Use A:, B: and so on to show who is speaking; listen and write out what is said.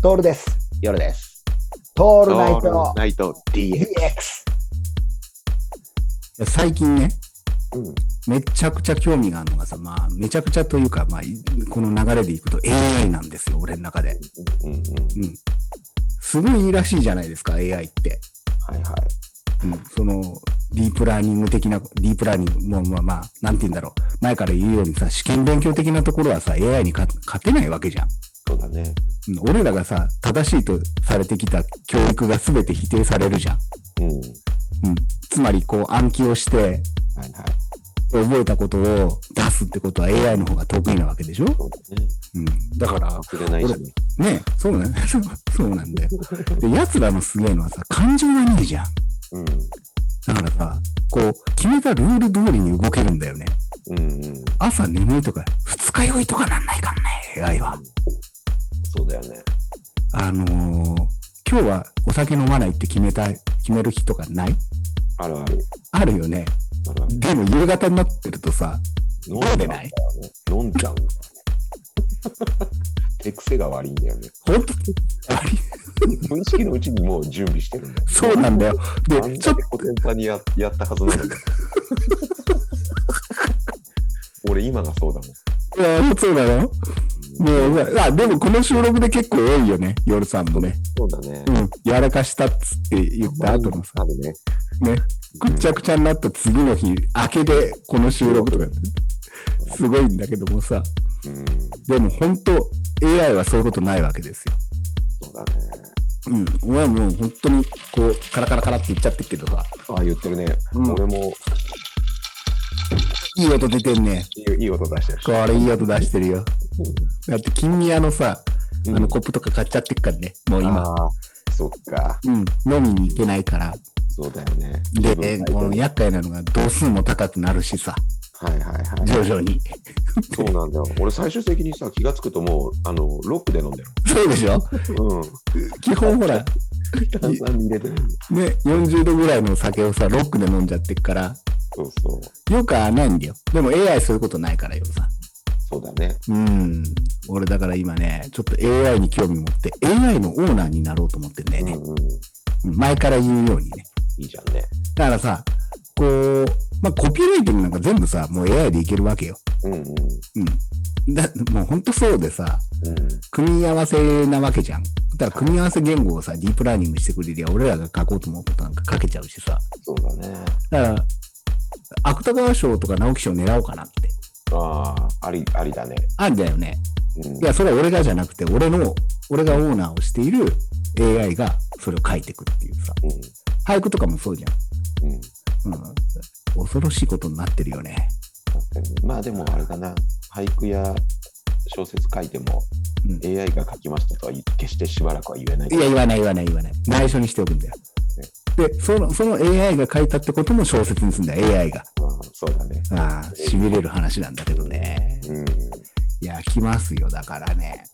A: トールです。
B: 夜です。
A: ト
B: オ
A: ールナイト
B: ナイト
A: DX。
B: DX。
C: いや最近ね、
A: うん
C: めちゃくちゃ興味があるのがさ、まあ、めちゃくちゃというか、まあ、いこの流れでいくと AI なんですよ、俺の中で。
B: うんうん。
C: うん。すごいいいらしいじゃないですか、AI って。
B: はいは
C: うん。その、ディープラーニング的な、ディープラーニング、もうまあまあ、なんて言うんだろう。前から言うようにさ、試験勉強的なところはさ、AI に勝勝てないわけじゃん。
B: い。そうだね。
C: うん俺らがさ、正しいとされてきた教育が全て否定されるじゃん。
B: うん。
C: うん。つまり、こう、暗記をして、
B: はいはい。
C: 覚えたことを出すってことは AI の方が得意なわけでしょ、
B: そうだね。
C: うん、だから、
B: 忘れないじゃん。
C: ね そうなんだよ。そうなんだよ。で、奴らのすげえのはさ、感情がないじゃん。
B: うん。
C: だからさ、こう、決めたルール通りに動けるんだよね。
B: うんうん。
C: 朝眠いとか、二日酔いとかなんないかんね、AI は。
B: そうだよね。
C: あのー今日はお酒飲まないって決めた、決める日とかない
B: あるある。
C: あるよね。
B: あるある
C: でも夕方になってるとさ、
B: 飲
C: 飲ん
B: んじゃうん
C: で
B: だよ
C: ない
B: ね。飲んじゃうんだよね。 手癖が悪いんだよね。
C: ほんと、
B: 無意識のうちにもう準備してるんだよ。
C: そうなんだよ。
B: あん
C: で、ち
B: だ
C: ょっ
B: けコテンパンにややったはずなんだけ ど。俺今がそうだもん。
C: と、いやそうだよ。もう、あ、でもこの収録で結構多いよね、夜さんもね。
B: そうだね
C: う。ん、やらかしたっつって言った後のさ、
B: あるね。
C: ね、ぐっちゃぐちゃになった次の日、明けでこの収録とか、すごいんだけどもさ、
B: うん。
C: でも本当、AI はそういうことないわけですよ。
B: そうだね。
C: うん、俺はもう本当に、こう、カラカラカラって言っちゃってるけどさ、
B: あ、言ってるね。
C: うん
B: 俺も
C: いい音出てんね。
B: いいいい音出してるし
C: こ。れいい音出してるよ。だって、金宮のさ、あ
B: うん
C: のコップとか買っちゃってっからね、もう今。
B: あーそっか。
C: うん、飲みに行けないから。
B: そうだよね。
C: で、
B: 自分の
C: この
B: タイ
C: 厄介なのが度数も高くなるしさ、
B: トルはいはいはい。
C: 徐々に。
B: そうなんだよ。俺最終的にさ、気がつくともう、あの、ロックで飲んでる。
C: そうでしょ
B: うん。
C: 基本ほら、ね、
B: 炭酸入れてる。
C: 40度ぐらいの酒をさ、ロックで飲んじゃってっから、
B: そうそう。
C: よくはないんだよ。でも AI そういうことないからよさ。
B: そうだね。
C: うん。俺だから今ね、ちょっと AI に興味持って、AI のオーナーになろうと思ってんだ
B: う
C: よ
B: ん
C: ね。
B: うん。
C: 前から言うようにね。
B: いいじゃんね。
C: だからさ、こう、まあ、コピーライティングなんか全部さ、もう AI でいけるわけよ。
B: うんうん。
C: うん。だ、もうほんとそうでさ、
B: うん。
C: 組み合わせなわけじゃん。だから組み合わせ言語をさ、ディープラーニングしてくれりゃ、俺らが書こうと思うことなんか書けちゃうしさ。
B: そうだね。
C: だから、芥川賞とか直木賞狙おうかなって。
B: ああ、あり、ありだね。
C: あんだよね。
B: うん。
C: いや、それは俺がじゃなくて、俺の、俺がオーナーをしている AI がそれを書いてくっていうさ。
B: う
C: 俳句とかもそうじゃ
B: ん。うん。
C: ん。うん。恐ろしいことになってるよね。
B: 確かにねまあでもあれだな。俳句や小説書いても、
C: うん
B: AI が書きましたとは言決してしばらくは言えない。
C: いや、言わない言わない言わない。内緒にしておくんだよ。で、その、その AI が書いたってことも小説にするんだよ、AI が。
B: うんそうだね。
C: ああ、痺れる話なんだけどね。
B: うん。
C: いや、来ますよ、だからね。